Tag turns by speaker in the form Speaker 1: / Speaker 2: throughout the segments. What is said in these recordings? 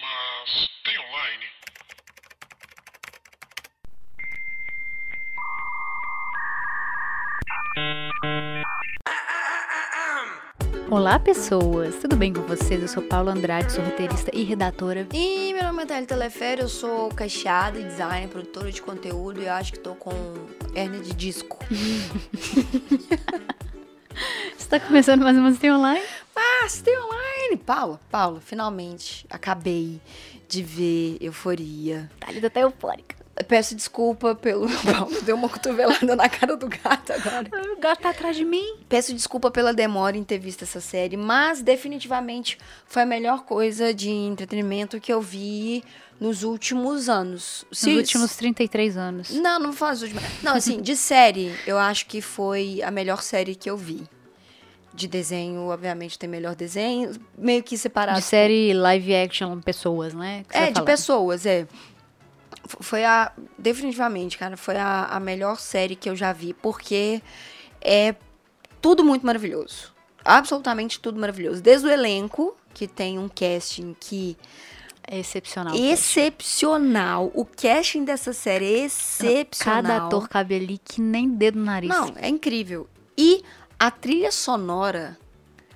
Speaker 1: Mas tem online.
Speaker 2: Olá, pessoas! Tudo bem com vocês? Eu sou Paula Andrade, sou roteirista e redatora.
Speaker 3: E meu nome é Thalita Telefério, eu sou caixada, designer, produtora de conteúdo e eu acho que tô com hernia de disco.
Speaker 2: Está começando mais uma Tem Online?
Speaker 3: Ah, você tem online! Paula, Paula, finalmente acabei de ver Euforia.
Speaker 2: Thalita tá eufórica.
Speaker 3: Peço desculpa pelo. Paula deu uma cotovelada na cara do gato agora.
Speaker 2: O gato tá atrás de mim.
Speaker 3: Peço desculpa pela demora em ter visto essa série, mas definitivamente foi a melhor coisa de entretenimento que eu vi nos últimos anos.
Speaker 2: Nos últimos 33 anos.
Speaker 3: Não, não faz última. Não, assim, de série, eu acho que foi a melhor série que eu vi. De desenho, obviamente, tem melhor desenho, meio que separado.
Speaker 2: De série live action, pessoas, né? Que você
Speaker 3: é, de
Speaker 2: fala.
Speaker 3: pessoas, é. F- Foi a. Definitivamente, cara, foi a, a melhor série que eu já vi, porque é tudo muito maravilhoso. Absolutamente tudo maravilhoso. Desde o elenco, que tem um casting que
Speaker 2: É excepcional.
Speaker 3: excepcional. O casting dessa série é excepcional.
Speaker 2: Cada ator cabe ali que nem dedo no nariz.
Speaker 3: Não, é incrível. E a trilha sonora.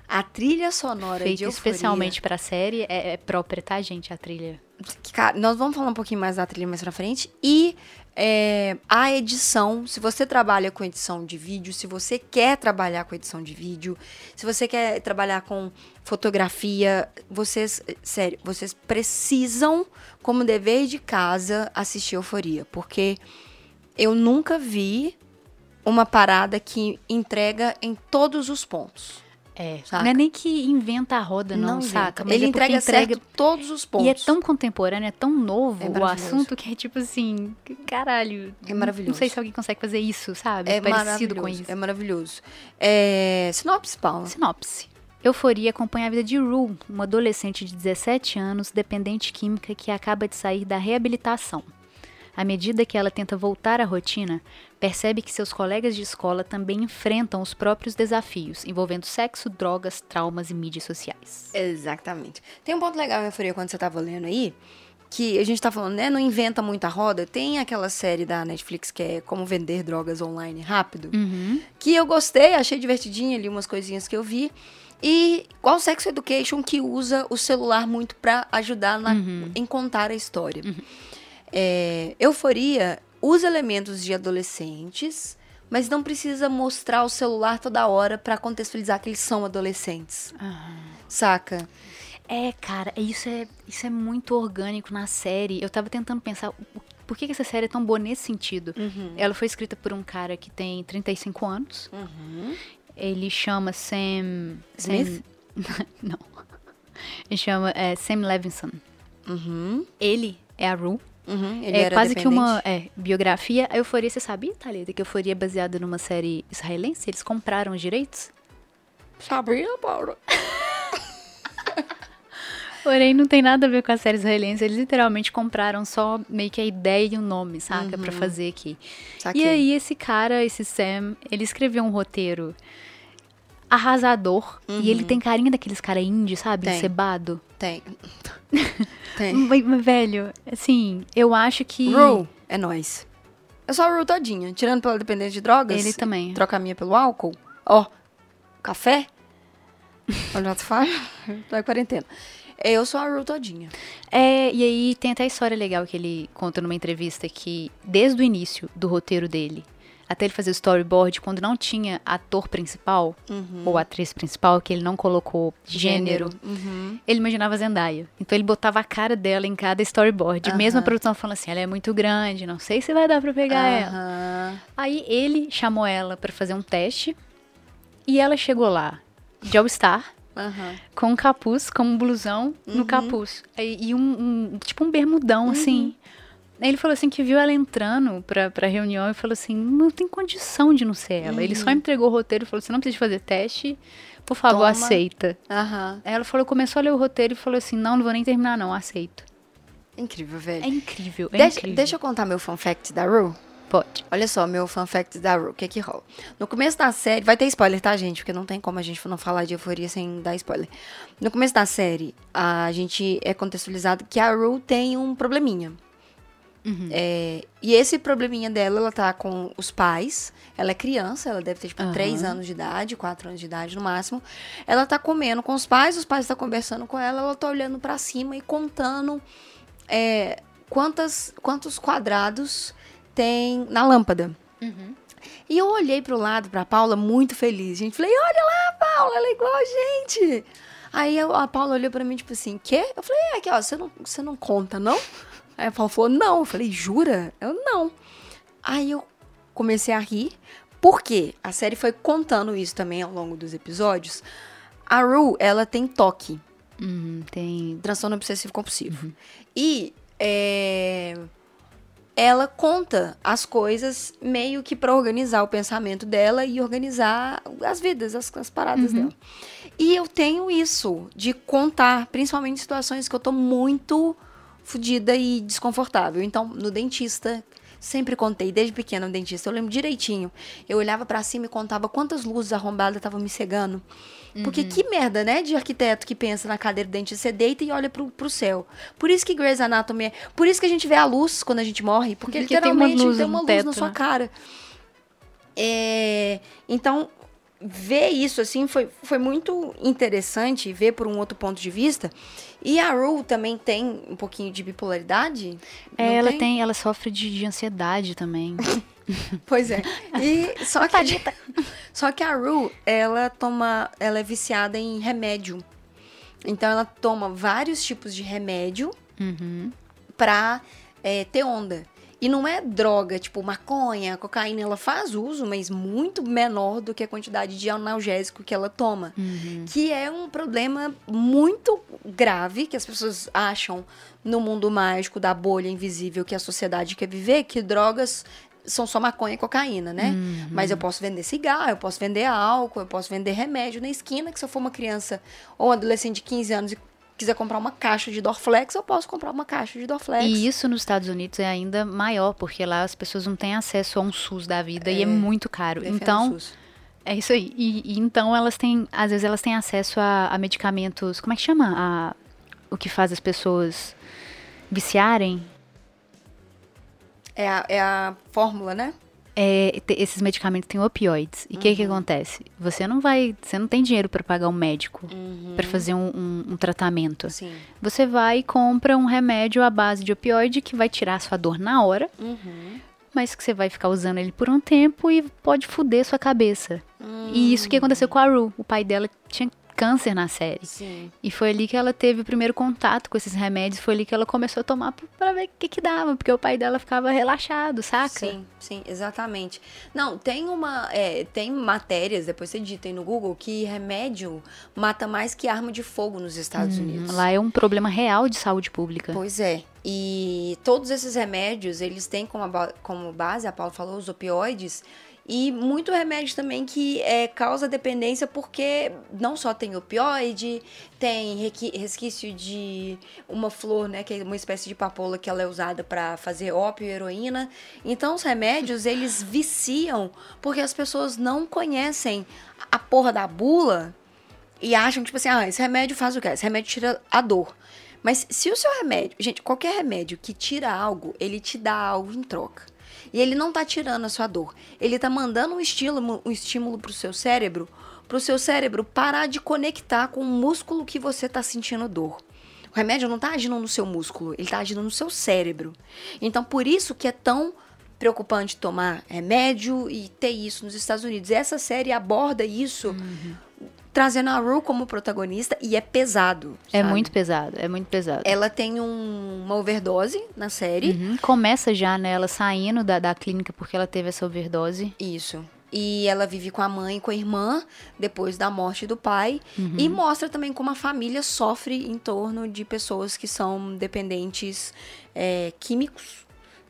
Speaker 3: A trilha sonora
Speaker 2: Feito
Speaker 3: de Euforia-
Speaker 2: especialmente pra série, é, é própria, tá, gente? A trilha.
Speaker 3: que, cara, nós vamos falar um pouquinho mais da trilha mais pra frente. E é, a edição, se você trabalha com edição de vídeo, se você quer trabalhar com edição de vídeo, se você quer trabalhar com fotografia, vocês, eh, sério, vocês precisam, como dever de casa, assistir Euforia. Porque eu nunca vi uma parada que entrega em todos os pontos.
Speaker 2: É.
Speaker 3: Saca.
Speaker 2: Não é nem que inventa a roda, não,
Speaker 3: inventa.
Speaker 2: saca? Mas
Speaker 3: Ele
Speaker 2: é porque
Speaker 3: entrega,
Speaker 2: entrega
Speaker 3: certo todos os pontos.
Speaker 2: E é tão contemporâneo, é tão novo
Speaker 3: É
Speaker 2: o
Speaker 3: maravilhoso.
Speaker 2: assunto que é tipo assim, que caralho.
Speaker 3: É maravilhoso.
Speaker 2: Não sei se alguém consegue fazer isso, sabe?
Speaker 3: É
Speaker 2: Parecido
Speaker 3: maravilhoso,
Speaker 2: com isso.
Speaker 3: É maravilhoso. É... Sinopse, Paula.
Speaker 2: Sinopse. Euforia acompanha a vida de Rue, uma adolescente de 17 anos, dependente química que acaba de sair da reabilitação. À medida que ela tenta voltar à rotina, percebe que seus colegas de escola também enfrentam os próprios desafios, envolvendo sexo, drogas, traumas e mídias sociais.
Speaker 3: Exatamente. Tem um ponto legal, minha Furia, quando você tava lendo aí, que a gente tá falando, né? Não inventa muita roda. Tem aquela série da Netflix que é Como Vender Drogas Online Rápido,
Speaker 2: Uhum.
Speaker 3: que eu gostei, achei divertidinha ali umas coisinhas que eu vi. E qual Sex Education que usa o celular muito pra ajudar na- em contar a história. É, euforia usa elementos de adolescentes, mas não precisa mostrar o celular toda hora pra contextualizar que eles são adolescentes, saca?
Speaker 2: É, cara, isso é, isso é muito orgânico na série. Eu tava tentando pensar o- por que, que essa série é tão boa nesse sentido.
Speaker 3: Uhum.
Speaker 2: Ela foi escrita por um cara que tem 35 anos. Ele chama Sam. Sam-
Speaker 3: Uhum. Smith?
Speaker 2: não. Ele chama é, Sam Levinson.
Speaker 3: Uhum.
Speaker 2: Ele é a Rue.
Speaker 3: Uhum, ele
Speaker 2: É
Speaker 3: era
Speaker 2: quase que uma
Speaker 3: dependente.
Speaker 2: é, biografia. A Euforia, você sabia, Thalita, que a Euforia é baseada numa série israelense? Eles compraram os direitos?
Speaker 3: Sabia, Paulo?
Speaker 2: Porém, não tem nada a ver com a série israelense. Eles literalmente compraram só meio que a ideia e o nome, saca? Pra
Speaker 3: Uhum.
Speaker 2: fazer aqui.
Speaker 3: Saquei.
Speaker 2: E aí, esse cara, esse Sam, ele escreveu um roteiro arrasador. E ele tem carinha daqueles cara indie, sabe?
Speaker 3: Uhum. Tem.
Speaker 2: Encebado.
Speaker 3: Tem. Tem.
Speaker 2: Mas, mas, velho, assim, eu acho que.
Speaker 3: Rue, é nós. Eu sou a Rue todinha, tirando pela dependência de drogas.
Speaker 2: Ele também. é.
Speaker 3: Troca a minha pelo álcool. Ó, café. Onde já tu faz? Da quarentena. Eu sou a Rue todinha.
Speaker 2: É, e aí tem até a história legal que ele conta numa entrevista que desde o início do roteiro dele, até ele fazer o storyboard, quando não tinha ator principal ou atriz principal, que ele não colocou gênero, ele imaginava a Zendaya. Então ele botava a cara dela em cada storyboard. Mesmo a produção falando assim, ela é muito grande, não sei se vai dar pra pegar ela.
Speaker 3: Aham.
Speaker 2: Aí ele chamou ela pra fazer um teste e ela chegou lá de All Star
Speaker 3: Aham.
Speaker 2: com um capuz, com um blusão no capuz. E, e um, um- tipo um bermudão, assim. Aí Ele falou assim que viu ela entrando pra, pra reunião e falou assim, não tem condição de não ser ela. Ele só entregou o roteiro e falou, você não precisa fazer teste, por favor,
Speaker 3: Toma.
Speaker 2: aceita.
Speaker 3: Aham.
Speaker 2: Aí ela falou, começou a ler o roteiro e falou assim, não, não vou nem terminar não, aceito.
Speaker 3: Incrível, velho.
Speaker 2: É incrível, é
Speaker 3: deixa,
Speaker 2: incrível.
Speaker 3: deixa eu contar meu fun fact da Rue.
Speaker 2: Pode.
Speaker 3: Olha só, meu fun fact da Rue, o que é que rola? No começo da série, vai ter spoiler, tá, gente? Porque não tem como a gente não falar de euforia sem dar spoiler. No começo da série, a gente é contextualizado que a Rue tem um probleminha. É, e esse probleminha dela, ela tá com os pais. Ela é criança, ela deve ter, tipo,
Speaker 2: Aham.
Speaker 3: 3 anos de idade, 4 anos de idade no máximo. Ela tá comendo com os pais, os pais estão conversando com ela, ela tá olhando pra cima e contando é, quantas, quantos quadrados tem na lâmpada. E eu olhei pro lado, pra Paula, muito feliz. Gente, falei, olha lá, Paula, ela é igual a gente. Aí eu- a Paula olhou pra mim, tipo assim, quê? Eu falei, é aqui, ó, você não, você não conta, não? Aí a Paula falou, não. Eu falei, jura? Eu, não. Aí eu comecei a rir, porque a série foi contando isso também ao longo dos episódios. A Rue, ela tem toque
Speaker 2: Uhum, tem.
Speaker 3: transtorno obsessivo compulsivo. E é, ela conta as coisas meio que pra organizar o pensamento dela e organizar as vidas, as, as paradas dela. E eu tenho isso de contar, principalmente em situações que eu tô muito fodida e desconfortável. Então, no dentista, sempre contei desde pequena no dentista, eu lembro direitinho. Eu olhava pra cima e contava quantas luzes arrombadas estavam me cegando. Porque
Speaker 2: Uhum.
Speaker 3: que merda, né, de arquiteto que pensa na cadeira do dentista, você deita e olha pro, pro céu. Por isso que Grey's Anatomy é, por isso que a gente vê a luz quando a gente morre, porque,
Speaker 2: Porque tem uma
Speaker 3: literalmente tem uma luz,
Speaker 2: luz no
Speaker 3: na
Speaker 2: teto,
Speaker 3: sua
Speaker 2: né?
Speaker 3: cara. É, então, ver isso assim foi, foi muito interessante ver por um outro ponto de vista. E a Rue também tem um pouquinho de bipolaridade?
Speaker 2: É,
Speaker 3: Não
Speaker 2: ela tem? ela sofre de, de ansiedade também.
Speaker 3: Pois é. E só que só que a Rue, ela toma, ela é viciada em remédio. Então ela toma vários tipos de remédio
Speaker 2: Uhum.
Speaker 3: pra é, ter onda. E não é droga, tipo maconha, cocaína, ela faz uso, mas muito menor do que a quantidade de analgésico que ela toma. Que é um problema muito grave que as pessoas acham no mundo mágico da bolha invisível que a sociedade quer viver, que drogas são só maconha e cocaína, né?
Speaker 2: Uhum.
Speaker 3: Mas eu posso vender cigarro, eu posso vender álcool, eu posso vender remédio na esquina, que se eu for uma criança ou um adolescente de 15 anos e quiser comprar uma caixa de Dorflex, eu posso comprar uma caixa de Dorflex.
Speaker 2: E isso nos Estados Unidos é ainda maior, porque lá as pessoas não têm acesso a um SUS da vida e é muito caro.
Speaker 3: Defendo
Speaker 2: Então,
Speaker 3: o SUS.
Speaker 2: é isso aí. E, e então elas têm, às vezes elas têm acesso a, a medicamentos, como é que chama? A- o que faz as pessoas viciarem?
Speaker 3: É a, é a fórmula, né?
Speaker 2: É, te- esses medicamentos têm opioides. E o que que
Speaker 3: Uhum.
Speaker 2: acontece? Você não vai, você não tem dinheiro para pagar um médico
Speaker 3: Uhum.
Speaker 2: para fazer um, um- um tratamento.
Speaker 3: Sim.
Speaker 2: Você vai e compra um remédio à base de opioide que vai tirar a sua dor na hora, mas que você vai ficar usando ele por um tempo e pode foder sua cabeça. E isso que aconteceu com a Ru. O pai dela tinha câncer na série.
Speaker 3: Sim.
Speaker 2: E foi ali que ela teve o primeiro contato com esses remédios, foi ali que ela começou a tomar p- pra ver o que que dava, porque o pai dela ficava relaxado, saca?
Speaker 3: Sim, sim, exatamente. Não, tem uma. é, tem matérias, depois você dita aí no Google, que remédio mata mais que arma de fogo nos Estados Unidos.
Speaker 2: Lá é um problema real de saúde pública.
Speaker 3: Pois é. E todos esses remédios, eles têm como, a ba- como base, a Paula falou, os opioides. E muito remédio também que é, causa dependência porque não só tem opioide, tem requi- resquício de uma flor, né? Que é uma espécie de papoula que ela é usada para fazer ópio e heroína. Então os remédios, eles viciam porque as pessoas não conhecem a porra da bula e acham, tipo assim, ah, esse remédio faz o quê? Esse remédio tira a dor. Mas se o seu remédio, gente, qualquer remédio que tira algo, ele te dá algo em troca. E ele não tá tirando a sua dor. Ele tá mandando um estímulo, um estímulo pro seu cérebro, pro seu cérebro parar de conectar com o músculo que você tá sentindo dor. O remédio não tá agindo no seu músculo, ele tá agindo no seu cérebro. Então, por isso que é tão preocupante tomar remédio e ter isso nos Estados Unidos. E essa série aborda isso, trazendo a Rue como protagonista, e é pesado.
Speaker 2: É
Speaker 3: sabe?
Speaker 2: muito pesado, é muito pesado.
Speaker 3: Ela tem um- uma overdose na série.
Speaker 2: Uhum. Começa já nela saindo da, da clínica porque ela teve essa overdose.
Speaker 3: Isso. E ela vive com a mãe e com a irmã depois da morte do pai.
Speaker 2: Uhum.
Speaker 3: E mostra também como a família sofre em torno de pessoas que são dependentes é, químicos.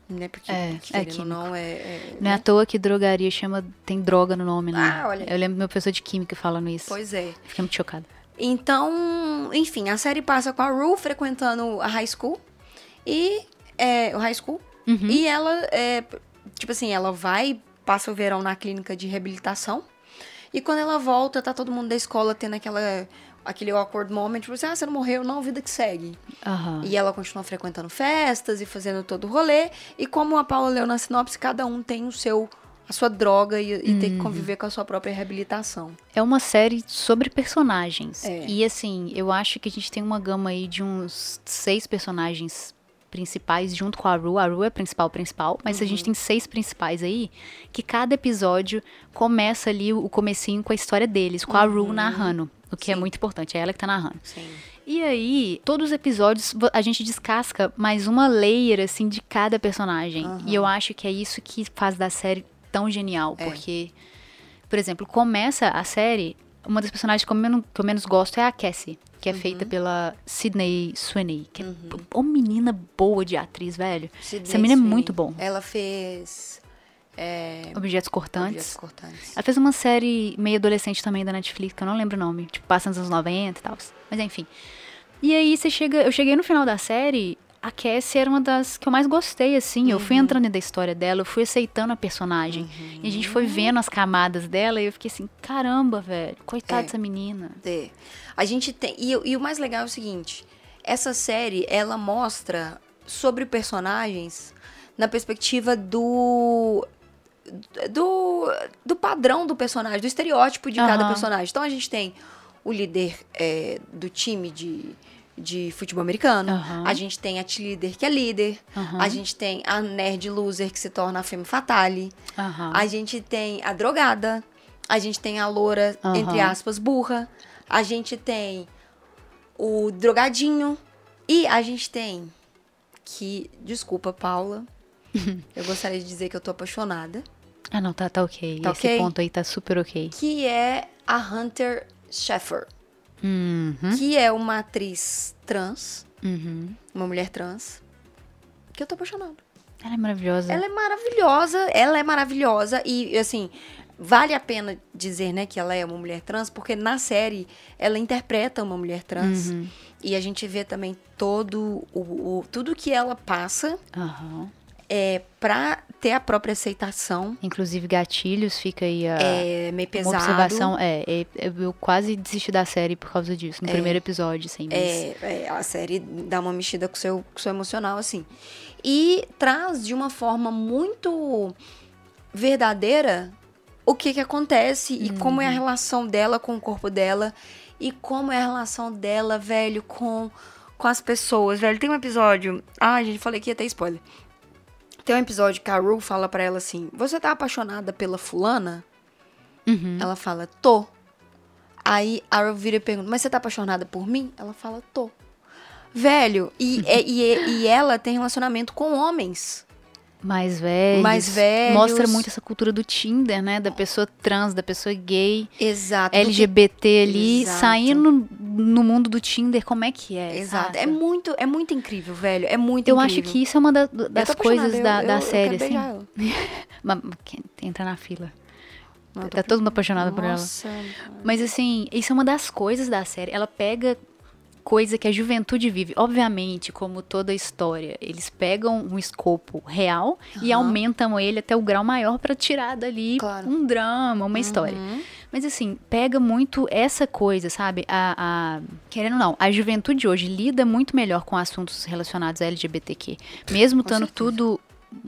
Speaker 3: Né? Porque,
Speaker 2: É, é
Speaker 3: querendo ou
Speaker 2: químico.
Speaker 3: não é. é-
Speaker 2: Não é à toa que drogaria chama. tem droga no nome, né?
Speaker 3: Ah, olha aí.
Speaker 2: Eu lembro do meu professor de química falando isso.
Speaker 3: Pois é.
Speaker 2: Fiquei muito chocada.
Speaker 3: Então, enfim, a série passa com a Rue frequentando a high school e é, o high school. E ela é, Tipo assim, ela vai, passa o verão na clínica de reabilitação. E quando ela volta, tá todo mundo da escola tendo aquela, aquele awkward moment, tipo assim, ah, você não morreu, não, vida que segue.
Speaker 2: Aham.
Speaker 3: E ela continua frequentando festas e fazendo todo o rolê. E como a Paula leu na sinopse, cada um tem o seu a sua droga e, e tem que conviver com a sua própria reabilitação.
Speaker 2: É uma série sobre personagens.
Speaker 3: É.
Speaker 2: E assim, eu acho que a gente tem uma gama aí de uns seis personagens principais junto com a Ru. A Ru é a principal principal, mas a gente tem seis principais aí, que cada episódio começa ali o comecinho com a história deles, com a Ru narrando. O que é muito importante, é ela que tá narrando.
Speaker 3: Sim.
Speaker 2: E aí, todos os episódios vo- a gente descasca mais uma layer assim de cada personagem. E eu acho que é isso que faz da série tão genial,
Speaker 3: É.
Speaker 2: porque por exemplo, começa a série, uma das personagens que eu menos, que eu menos gosto é a Cassie, que
Speaker 3: Uhum.
Speaker 2: é feita pela Sydney Sweeney, que é p- uma menina boa de atriz, velho. Essa menina é muito bom.
Speaker 3: Ela fez é,
Speaker 2: Objetos
Speaker 3: objetos
Speaker 2: cortantes.
Speaker 3: cortantes.
Speaker 2: Ela fez uma série meio adolescente também da Netflix, que eu não lembro o nome. Tipo, passa nos anos 90 e tal. Mas enfim. E aí você chega. Eu cheguei no final da série. A Cassie era uma das que eu mais gostei, assim. Eu
Speaker 3: Uhum.
Speaker 2: fui entrando dentro da história dela, eu fui aceitando a personagem. E a gente foi
Speaker 3: Uhum.
Speaker 2: vendo as camadas dela e eu fiquei assim, caramba, velho, coitada
Speaker 3: É.
Speaker 2: dessa menina.
Speaker 3: É. A gente tem. E, e o mais legal é o seguinte: essa série ela mostra sobre personagens na perspectiva do. Do, do padrão do personagem, do estereótipo de cada
Speaker 2: Aham.
Speaker 3: personagem. Então a gente tem o líder é, do time de, de futebol americano,
Speaker 2: Aham.
Speaker 3: a gente tem a cheerleader que é líder,
Speaker 2: Aham.
Speaker 3: a gente tem a nerd loser que se torna a femme fatale,
Speaker 2: Aham.
Speaker 3: a gente tem a drogada, a gente tem a loura,
Speaker 2: Aham.
Speaker 3: entre aspas, burra, a gente tem o drogadinho e a gente tem que, desculpa, Paula, eu gostaria de dizer que eu tô apaixonada,
Speaker 2: Ah, não, tá, tá ok.
Speaker 3: Tá
Speaker 2: Esse
Speaker 3: ok?
Speaker 2: ponto aí tá super ok.
Speaker 3: que é a Hunter Sheffer,
Speaker 2: Uhum.
Speaker 3: que é uma atriz trans,
Speaker 2: Uhum.
Speaker 3: uma mulher trans, que eu tô apaixonada.
Speaker 2: Ela é maravilhosa.
Speaker 3: Ela é maravilhosa, ela é maravilhosa e assim, vale a pena dizer, né, que ela é uma mulher trans, porque na série ela interpreta uma mulher trans
Speaker 2: Uhum.
Speaker 3: e a gente vê também todo o, o- tudo que ela passa
Speaker 2: Aham.
Speaker 3: é para ter a própria aceitação.
Speaker 2: Inclusive, gatilhos, fica aí a.
Speaker 3: É meio pesado.
Speaker 2: Uma observação, é, é, eu quase desisti da série por causa disso, no primeiro episódio, assim, mas...
Speaker 3: É, é, a série dá uma mexida com o seu, com o seu emocional, assim. E traz de uma forma muito verdadeira o que, que acontece e como é a relação dela com o corpo dela e como é a relação dela, velho, com, com as pessoas, velho. Tem um episódio. Ah, gente, falei que ia ter spoiler. Tem um episódio que a Ru fala pra ela assim: Você tá apaixonada pela fulana? Ela fala, tô. Aí a Ru vira e pergunta, mas você tá apaixonada por mim? Ela fala, tô. Velho, e, é- e, é- e ela tem relacionamento com homens.
Speaker 2: Mais velhos.
Speaker 3: Mais velhos.
Speaker 2: Mostra muito essa cultura do Tinder, né? Da pessoa trans, da pessoa gay,
Speaker 3: Exato.
Speaker 2: LGBT ali,
Speaker 3: Tá Exato.
Speaker 2: saindo no mundo do Tinder, como é que é?
Speaker 3: Exato.
Speaker 2: saca?
Speaker 3: É muito, é muito incrível, velho. É muito
Speaker 2: eu
Speaker 3: incrível.
Speaker 2: acho que isso é uma da-
Speaker 3: Eu
Speaker 2: das
Speaker 3: tô apaixonada,
Speaker 2: coisas
Speaker 3: eu-
Speaker 2: da,
Speaker 3: eu-
Speaker 2: da
Speaker 3: eu
Speaker 2: série,
Speaker 3: quero
Speaker 2: assim.
Speaker 3: beijar ela.
Speaker 2: Mas quem entra na fila.
Speaker 3: Não, eu tô
Speaker 2: tá todo mundo apaixonado por ela.
Speaker 3: Nossa.
Speaker 2: Mas assim, isso é uma das coisas da série. Ela pega coisa que a juventude vive. Obviamente, como toda história, eles pegam um escopo real e
Speaker 3: Aham.
Speaker 2: aumentam ele até o grau maior pra tirar dali
Speaker 3: Claro.
Speaker 2: um drama, uma história.
Speaker 3: Uhum.
Speaker 2: Mas assim, pega muito essa coisa, sabe? A, a- querendo ou não, a juventude hoje lida muito melhor com assuntos relacionados a LGBTQ. Mesmo estando tudo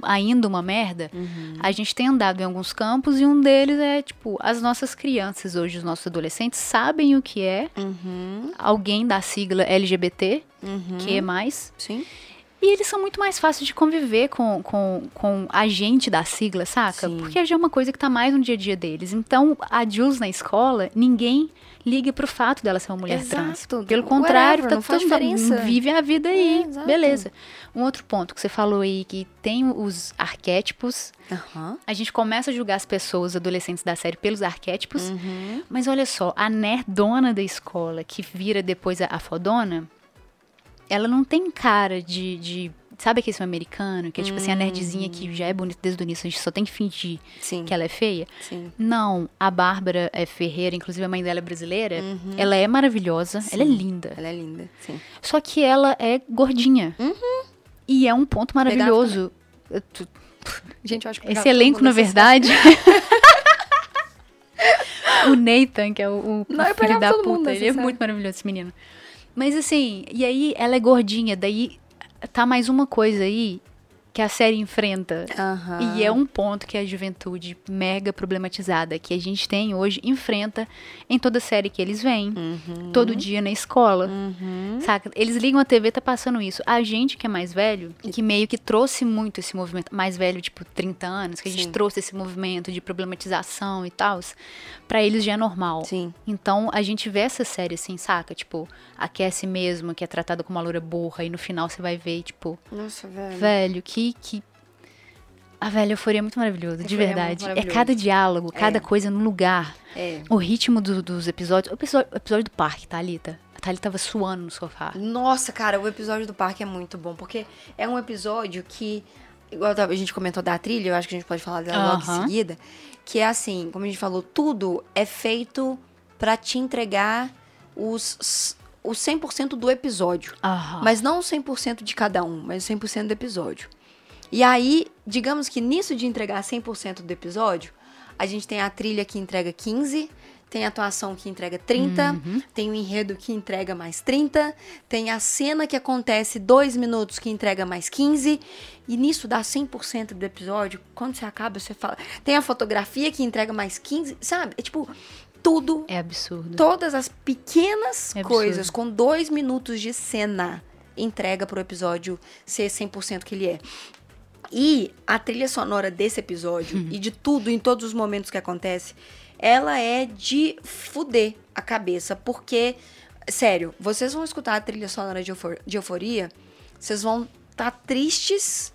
Speaker 2: ainda uma merda,
Speaker 3: Uhum.
Speaker 2: a gente tem andado em alguns campos e um deles é, tipo, as nossas crianças hoje, os nossos adolescentes, sabem o que é
Speaker 3: Uhum.
Speaker 2: alguém da sigla LGBT,
Speaker 3: Uhum.
Speaker 2: que é mais.
Speaker 3: Sim.
Speaker 2: E eles são muito mais fáceis de conviver com, com, com a gente da sigla, saca?
Speaker 3: Sim.
Speaker 2: Porque já é uma coisa que tá mais no dia a dia deles. Então, a Jules na escola, ninguém liga pro fato dela ser uma mulher trans.
Speaker 3: Exato.
Speaker 2: Pelo
Speaker 3: Whatever,
Speaker 2: contrário, tá
Speaker 3: não faz
Speaker 2: todo mundo-
Speaker 3: diferença.
Speaker 2: vive a vida aí.
Speaker 3: É, exato.
Speaker 2: Beleza. Um outro ponto que você falou aí, que tem os arquétipos.
Speaker 3: Aham.
Speaker 2: A gente começa a julgar as pessoas adolescentes da série pelos arquétipos.
Speaker 3: Uhum.
Speaker 2: Mas olha só, a nerdona da escola, que vira depois a, a fodona, ela não tem cara de. de- sabe aquele filme americano? Que é tipo assim, a nerdzinha que já é bonita desde o início, a gente só tem que fingir
Speaker 3: Sim.
Speaker 2: que ela é feia.
Speaker 3: Sim.
Speaker 2: Não, a Bárbara é Ferreira, inclusive a mãe dela é brasileira, ela é maravilhosa, ela é linda.
Speaker 3: Ela é linda. Sim.
Speaker 2: Só que ela é gordinha. E é um ponto maravilhoso. Eu- tu-
Speaker 3: Gente, eu acho que eu já-
Speaker 2: Esse elenco, na
Speaker 3: vou nessa-
Speaker 2: verdade. o Nathan, que é o, o
Speaker 3: Não, eu
Speaker 2: filho
Speaker 3: pegava
Speaker 2: da
Speaker 3: todo
Speaker 2: puta,
Speaker 3: mundo,
Speaker 2: ele é
Speaker 3: sincero.
Speaker 2: muito maravilhoso, esse menino. Mas assim, e aí ela é gordinha, daí tá mais uma coisa aí que a série enfrenta.
Speaker 3: Aham.
Speaker 2: E é um ponto que a juventude mega problematizada que a gente tem hoje enfrenta em toda série que eles veem,
Speaker 3: Uhum.
Speaker 2: todo dia na escola.
Speaker 3: Uhum.
Speaker 2: Saca? Eles ligam a TV, tá passando isso. A gente que é mais velho, que meio que trouxe muito esse movimento, mais velho, tipo 30 anos, que a gente
Speaker 3: Sim.
Speaker 2: trouxe esse movimento de problematização e tal, pra eles já é normal.
Speaker 3: Sim.
Speaker 2: Então a gente vê essa série assim, saca? Tipo, aquece mesmo, que é tratada como uma loura burra, e no final você vai ver, tipo,
Speaker 3: Nossa, velho.
Speaker 2: velho, que. que... A velha euforia é muito maravilhosa, de
Speaker 3: Euforia é muito
Speaker 2: verdade. É,
Speaker 3: maravilhoso.
Speaker 2: cada diálogo, cada coisa no lugar.
Speaker 3: É.
Speaker 2: O ritmo do- dos episódios. O episódio, o episódio do parque, Thalita. A Thalita tava suando no sofá.
Speaker 3: Nossa, cara, o episódio do parque é muito bom, porque é um episódio que. Igual a gente comentou da trilha, eu acho que a gente pode falar dela logo em
Speaker 2: Aham.
Speaker 3: seguida. Que é assim, como a gente falou, tudo é feito pra te entregar os, os 100% do episódio.
Speaker 2: Aham.
Speaker 3: Mas não 100% de cada um, mas 100% do episódio. E aí, digamos que nisso de entregar 100% do episódio, a gente tem a trilha que entrega 15, tem a atuação que entrega 30, tem o enredo que entrega mais 30, tem a cena que acontece 2 minutos que entrega mais 15, e nisso dá 100% do episódio. Quando você acaba, você fala. Tem a fotografia que entrega mais 15, sabe? É tipo, tudo
Speaker 2: É absurdo.
Speaker 3: todas as pequenas
Speaker 2: É absurdo.
Speaker 3: coisas com dois minutos de cena entrega pro episódio ser 100% que ele é. E a trilha sonora desse episódio e de tudo, em todos os momentos que acontece, ela é de fuder a cabeça, porque, sério, vocês vão escutar a trilha sonora de, eufor- de euforia, vocês vão estar tristes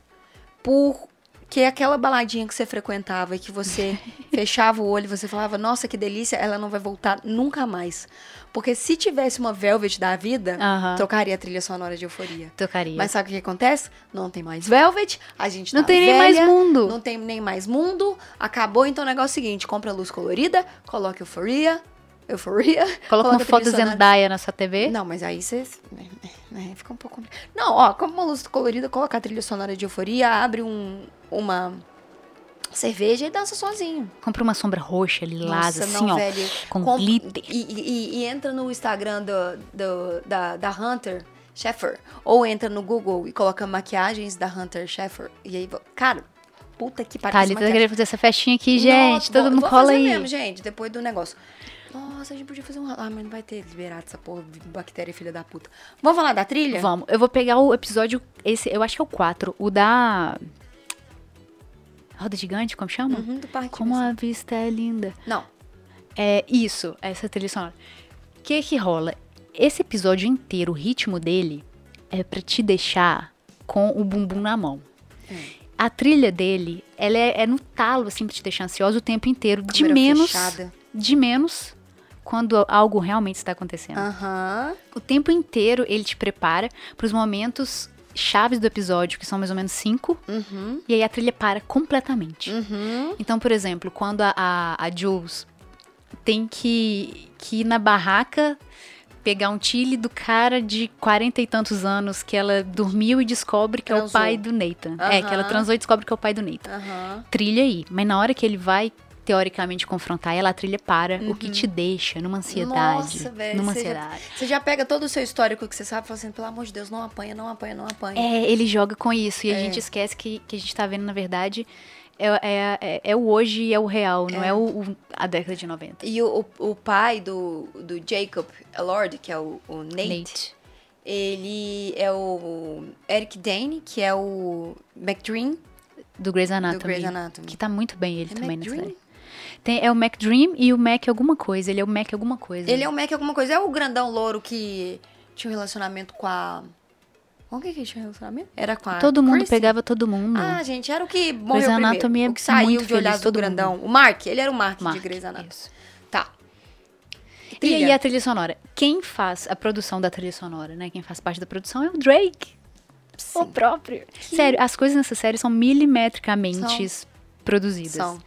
Speaker 3: por que aquela baladinha que você frequentava e que você fechava o olho e você falava, nossa, que delícia, ela não vai voltar nunca mais. Porque se tivesse uma Velvet da vida,
Speaker 2: Aham.
Speaker 3: trocaria a trilha sonora de euforia.
Speaker 2: Tocaria.
Speaker 3: Mas sabe o que acontece? Não tem mais Velvet, a gente
Speaker 2: não
Speaker 3: tá
Speaker 2: tem nem
Speaker 3: velha,
Speaker 2: mais mundo.
Speaker 3: Não tem nem mais mundo, acabou, então o negócio é o seguinte, compra luz colorida, coloca euforia, euforia.
Speaker 2: Coloca uma
Speaker 3: a trilha
Speaker 2: foto
Speaker 3: sonora.
Speaker 2: Zendaya na sua TV.
Speaker 3: Não, mas aí você. né, né, Fica um pouco. Não, ó, como uma luz colorida, coloca a trilha sonora de euforia, abre um, uma cerveja e dança sozinho.
Speaker 2: Compra uma sombra roxa, lilás,
Speaker 3: Nossa,
Speaker 2: assim,
Speaker 3: não,
Speaker 2: ó.
Speaker 3: velho.
Speaker 2: Com
Speaker 3: Com-
Speaker 2: glitter.
Speaker 3: E, e- e entra no Instagram do, do- da, da Hunter Sheffer. Ou entra no Google e coloca maquiagens da Hunter Sheffer. E aí, vo- cara, puta que pariu. essa
Speaker 2: Thalita tá
Speaker 3: maquiagem.
Speaker 2: querendo fazer essa festinha aqui, gente.
Speaker 3: Nossa,
Speaker 2: todo
Speaker 3: vou-
Speaker 2: mundo
Speaker 3: vou
Speaker 2: cola
Speaker 3: fazer
Speaker 2: aí.
Speaker 3: mesmo, gente, depois do negócio. Nossa, a gente podia fazer um... Ah, mas não vai ter liberado essa porra de bactéria filha da puta. Vamos falar da trilha?
Speaker 2: Vamos. Eu vou pegar o episódio. Esse, eu acho que é o 4. O da. Roda Gigante, como chama?
Speaker 3: Uhum, do parque.
Speaker 2: Como
Speaker 3: mesmo.
Speaker 2: a vista é linda.
Speaker 3: Não.
Speaker 2: É isso, essa trilha sonora. O que que rola? Esse episódio inteiro, o ritmo dele é pra te deixar com o bumbum na mão.
Speaker 3: É.
Speaker 2: A trilha dele, ela é, é no talo, assim, pra te deixar ansiosa o tempo inteiro. De
Speaker 3: Câmera
Speaker 2: menos.
Speaker 3: fechada.
Speaker 2: De menos quando algo realmente está acontecendo.
Speaker 3: Aham.
Speaker 2: O tempo inteiro ele te prepara pros momentos chaves do episódio, que são mais ou menos cinco.
Speaker 3: Uhum.
Speaker 2: E aí a trilha para completamente.
Speaker 3: Uhum.
Speaker 2: Então, por exemplo, quando a, a, a Jules tem que, que ir na barraca pegar um tile do cara de quarenta e tantos anos que ela dormiu e descobre que é o
Speaker 3: Transou.
Speaker 2: pai do Nathan. É, que ela
Speaker 3: Aham.
Speaker 2: transou e descobre que é o pai do Nathan.
Speaker 3: Aham.
Speaker 2: Trilha aí. Mas na hora que ele vai, teoricamente, confrontar ela, a trilha para, o que te deixa numa ansiedade.
Speaker 3: Uhum. Nossa, velho,
Speaker 2: numa
Speaker 3: você já-
Speaker 2: ansiedade.
Speaker 3: Você já pega todo o seu histórico que você sabe e fala assim, pelo amor de Deus, não apanha, não apanha, não apanha.
Speaker 2: É, ele joga com isso. E
Speaker 3: É.
Speaker 2: a gente esquece que, que a gente tá vendo, na verdade, é, é, é, é o hoje e é o real, não é, o, o- a década de 90.
Speaker 3: E o, o, o pai do, do Jacob Lord, que é o, o Nate, ele é o Eric Dane, que é o
Speaker 2: Uhum.
Speaker 3: McDream
Speaker 2: Do Grey's Anatomy.
Speaker 3: do Grey's Anatomy.
Speaker 2: Que tá muito bem ele
Speaker 3: É
Speaker 2: também nessa
Speaker 3: McDream?
Speaker 2: série. Tem, é o Mac Dream e o Mac alguma coisa. Ele é o Mac alguma coisa.
Speaker 3: Ele é o Mac alguma coisa. É o grandão louro que tinha um relacionamento com a... Com quem que ele tinha um relacionamento? Era com a
Speaker 2: Todo mundo um.
Speaker 3: Kristen?
Speaker 2: pegava todo mundo.
Speaker 3: Ah, gente, era o que morreu
Speaker 2: Grey's
Speaker 3: primeiro.
Speaker 2: Anatomy é
Speaker 3: o que saiu
Speaker 2: muito
Speaker 3: de olhar
Speaker 2: feliz,
Speaker 3: do
Speaker 2: todo
Speaker 3: grandão. O Mark, ele era o Mark,
Speaker 2: Mark,
Speaker 3: de Grey's Anatomy.
Speaker 2: isso.
Speaker 3: Tá.
Speaker 2: E
Speaker 3: Trilha.
Speaker 2: aí a trilha sonora. Quem faz a produção da trilha sonora, né? Quem faz parte da produção é o Drake. O próprio. Sério, as coisas nessa série são milimetricamente produzidas.
Speaker 3: São.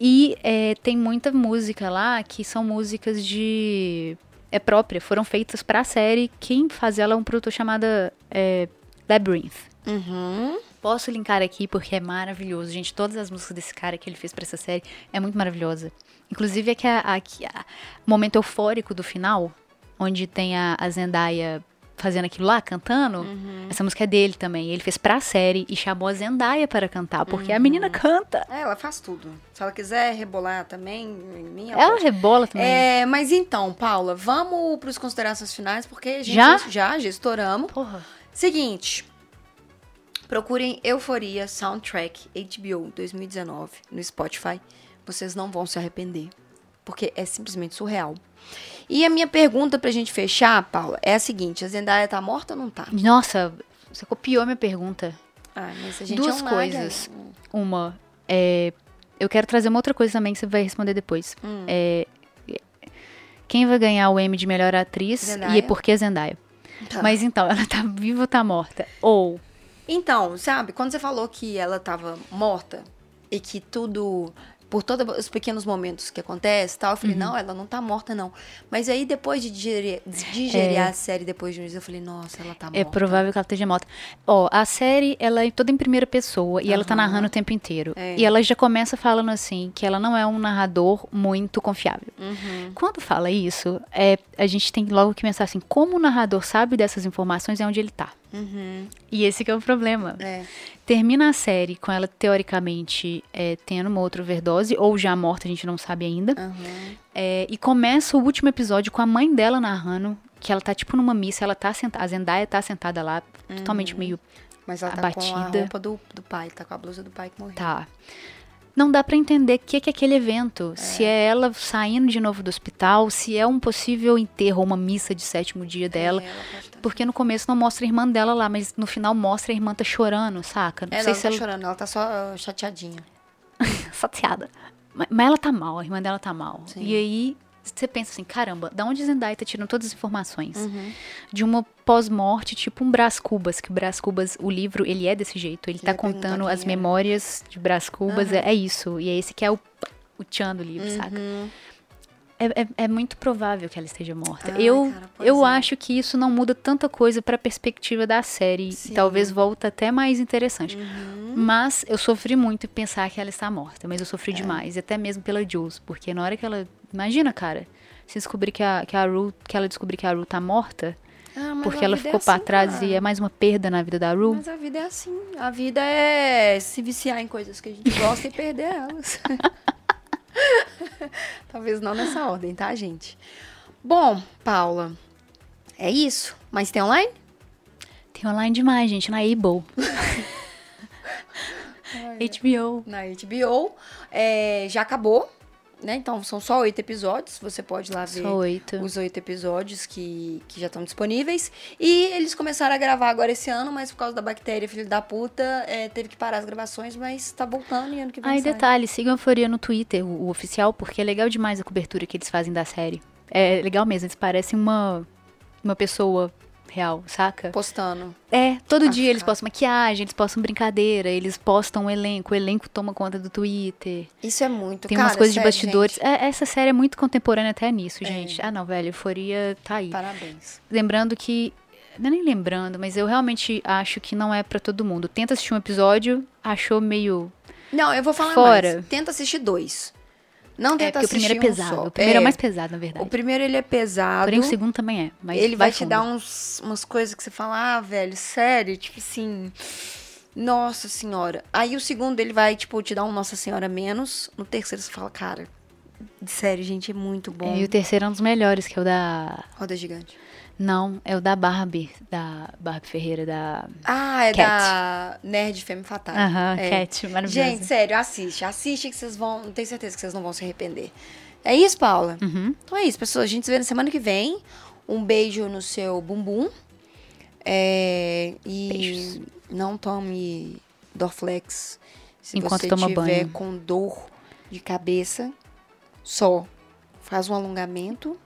Speaker 2: E é, tem muita música lá que são músicas de. É própria, foram feitas pra série. Quem faz ela é um produtor chamado é, Labyrinth.
Speaker 3: Uhum.
Speaker 2: Posso linkar aqui porque é maravilhoso, gente. Todas as músicas desse cara que ele fez para essa série é muito maravilhosa. Inclusive é que a, a, que a- o momento eufórico do final, onde tem a, a Zendaya fazendo aquilo lá, cantando, essa música é dele também. Ele fez pra série e chamou a Zendaya para cantar, porque a menina canta.
Speaker 3: É, ela faz tudo. Se ela quiser rebolar também, em mim, ela
Speaker 2: Ela rebola também.
Speaker 3: um É, mas então, Paula, vamos para as considerações finais, porque a gente
Speaker 2: Já?
Speaker 3: já, já estouramos.
Speaker 2: Porra.
Speaker 3: Seguinte, procurem Euforia Soundtrack HBO 2019 no Spotify. Vocês não vão se arrepender, porque é simplesmente surreal. E a minha pergunta pra gente fechar, Paula, é a seguinte: a Zendaya tá morta ou não tá?
Speaker 2: Nossa, você copiou minha pergunta.
Speaker 3: Ah, mas a gente
Speaker 2: Duas
Speaker 3: é um
Speaker 2: coisas.
Speaker 3: Laga.
Speaker 2: Uma, é, eu quero trazer uma outra coisa também que você vai responder depois.
Speaker 3: Hum.
Speaker 2: É, quem vai ganhar o Emmy de melhor atriz
Speaker 3: Zendaya?
Speaker 2: e por que Zendaya?
Speaker 3: Tá.
Speaker 2: Mas então, ela tá viva ou tá morta? Ou,
Speaker 3: Então, sabe, quando você falou que ela tava morta e que tudo. Por todos os pequenos momentos que acontecem e tal, eu
Speaker 2: Uhum.
Speaker 3: falei, não, ela não tá morta, não. Mas aí, depois de digerir, de digerir a série depois de um dia, eu falei, nossa, ela tá morta.
Speaker 2: é provável que ela esteja morta. Ó, a série, ela é toda em primeira pessoa e ela tá narrando o tempo inteiro.
Speaker 3: É.
Speaker 2: E ela já começa falando assim, que ela não é um narrador muito confiável.
Speaker 3: Uhum.
Speaker 2: Quando fala isso, é, a gente tem logo que pensar assim, como o narrador sabe dessas informações é onde ele tá.
Speaker 3: Uhum.
Speaker 2: E esse que é o problema.
Speaker 3: É.
Speaker 2: Termina a série com ela, teoricamente, é, tendo uma outra overdose, ou já morta, a gente não sabe ainda.
Speaker 3: Uhum.
Speaker 2: É, e começa o último episódio com a mãe dela narrando que ela tá, tipo, numa missa, ela tá sentada, a Zendaya tá sentada lá,
Speaker 3: Uhum.
Speaker 2: totalmente meio,
Speaker 3: Mas ela tá com a
Speaker 2: Abatida.
Speaker 3: roupa do, do pai, tá com a blusa do pai que morreu.
Speaker 2: tá... Não dá pra entender o que, que é aquele evento. Se é ela saindo de novo do hospital, se é um possível enterro, uma missa de sétimo dia dela.
Speaker 3: É, ela pode tá-
Speaker 2: Porque no começo não mostra a irmã dela lá, mas no final mostra a irmã tá chorando, saca? Não
Speaker 3: É, ela
Speaker 2: sei
Speaker 3: não
Speaker 2: se
Speaker 3: tá
Speaker 2: ela
Speaker 3: chorando, ela tá só ah, chateadinha.
Speaker 2: saciada. Ma- Mas, ela tá mal, a irmã dela tá mal.
Speaker 3: Sim.
Speaker 2: E aí você pensa assim, caramba, da onde Zendaya tá tirando todas as informações? De uma pós-morte, tipo um Brás Cubas, que o Brás Cubas, o livro, ele é desse jeito, ele
Speaker 3: Eu
Speaker 2: tá
Speaker 3: ia perguntar
Speaker 2: contando
Speaker 3: quem
Speaker 2: as
Speaker 3: era.
Speaker 2: memórias de Brás Cubas, é, é isso. E é esse que é o, o tchan do livro, saca? É, é- é muito provável que ela esteja morta.
Speaker 3: Ai,
Speaker 2: eu
Speaker 3: cara, pois
Speaker 2: eu
Speaker 3: é.
Speaker 2: acho que isso não muda tanta coisa pra perspectiva da série.
Speaker 3: Sim. Uhum.
Speaker 2: E talvez volta até mais interessante. Mas eu sofri muito em pensar que ela está morta. Mas eu sofri
Speaker 3: É.
Speaker 2: demais. E até mesmo pela Jules. Porque na hora que ela. Imagina, cara. Se descobrir que a, que a Rue. Que ela descobrir que a Rue tá morta.
Speaker 3: Ah, mas
Speaker 2: porque
Speaker 3: a
Speaker 2: ela
Speaker 3: vida é
Speaker 2: ficou pra
Speaker 3: assim,
Speaker 2: trás
Speaker 3: cara.
Speaker 2: e é mais uma perda na vida da Rue.
Speaker 3: Mas a vida é assim. A vida é se viciar em coisas que a gente gosta e perder elas. Talvez não nessa ordem, tá, gente? Bom, Paula, é isso. Mas tem online?
Speaker 2: Tem online demais, gente. Na Able. HBO.
Speaker 3: Na HBO. É, já acabou, né? Então são só oito episódios. Você pode ir lá ver.
Speaker 2: Só oito.
Speaker 3: Os oito episódios que, que já estão disponíveis. E eles começaram a gravar agora esse ano, mas por causa da bactéria, filho da puta, é, teve que parar as gravações, mas tá voltando e ano que vem.
Speaker 2: Ah, e
Speaker 3: sai.
Speaker 2: detalhe, sigam a Euforia no Twitter, o, o oficial, porque é legal demais a cobertura que eles fazem da série. É legal mesmo, eles parecem uma, uma pessoa real, saca?
Speaker 3: Postando.
Speaker 2: É, todo
Speaker 3: Ah,
Speaker 2: dia eles
Speaker 3: cara.
Speaker 2: postam maquiagem, eles postam brincadeira, eles postam o elenco, o elenco toma conta do Twitter.
Speaker 3: Isso é muito,
Speaker 2: Tem
Speaker 3: cara,
Speaker 2: umas coisas
Speaker 3: sério,
Speaker 2: de bastidores.
Speaker 3: gente, É.
Speaker 2: É, essa série é muito contemporânea até nisso, gente. Ah, não, velho, Euforia tá aí.
Speaker 3: parabéns.
Speaker 2: Lembrando que. não é Nem lembrando, mas eu realmente acho que não é pra todo mundo. Tenta assistir um episódio, achou meio
Speaker 3: Não, eu vou falar
Speaker 2: Fora.
Speaker 3: mais. Tenta assistir dois. Não
Speaker 2: É,
Speaker 3: tenta
Speaker 2: porque o
Speaker 3: assistir
Speaker 2: primeiro é
Speaker 3: um
Speaker 2: pesado.
Speaker 3: só.
Speaker 2: O primeiro é, mais pesado, na verdade.
Speaker 3: O primeiro ele é pesado.
Speaker 2: Porém, o segundo também é. Mas
Speaker 3: ele vai, te
Speaker 2: fundo.
Speaker 3: dar uns, umas coisas que você fala, ah, velho, sério, tipo assim. Nossa senhora. Aí o segundo ele vai, tipo, te dar um Nossa Senhora menos. No terceiro você fala, cara, sério, gente, é muito bom.
Speaker 2: E o terceiro é um dos melhores, que é o da.
Speaker 3: Roda gigante.
Speaker 2: Não, é o da Barbie. Da Barbie Ferreira, da.
Speaker 3: Ah, é
Speaker 2: Cat.
Speaker 3: da Nerd Femme Fatale.
Speaker 2: Aham,
Speaker 3: é.
Speaker 2: Cat, maravilhosa.
Speaker 3: Gente, sério, assiste. Assiste que vocês vão. Tenho certeza que vocês não vão se arrepender. É isso, Paula?
Speaker 2: Uhum.
Speaker 3: Então é isso, pessoal. A gente se vê na semana que vem. Um beijo no seu bumbum. É, e
Speaker 2: Beijos.
Speaker 3: não tome Dorflex se
Speaker 2: Enquanto
Speaker 3: você
Speaker 2: toma
Speaker 3: tiver
Speaker 2: banho.
Speaker 3: com dor de cabeça. Só faz um alongamento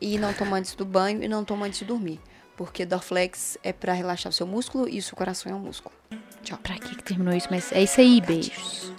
Speaker 3: e não toma antes do banho e não toma antes de dormir. Porque Dorflex é pra relaxar o seu músculo e o seu coração é um músculo. Tchau.
Speaker 2: Pra que que terminou isso? Mas é isso aí, beijos.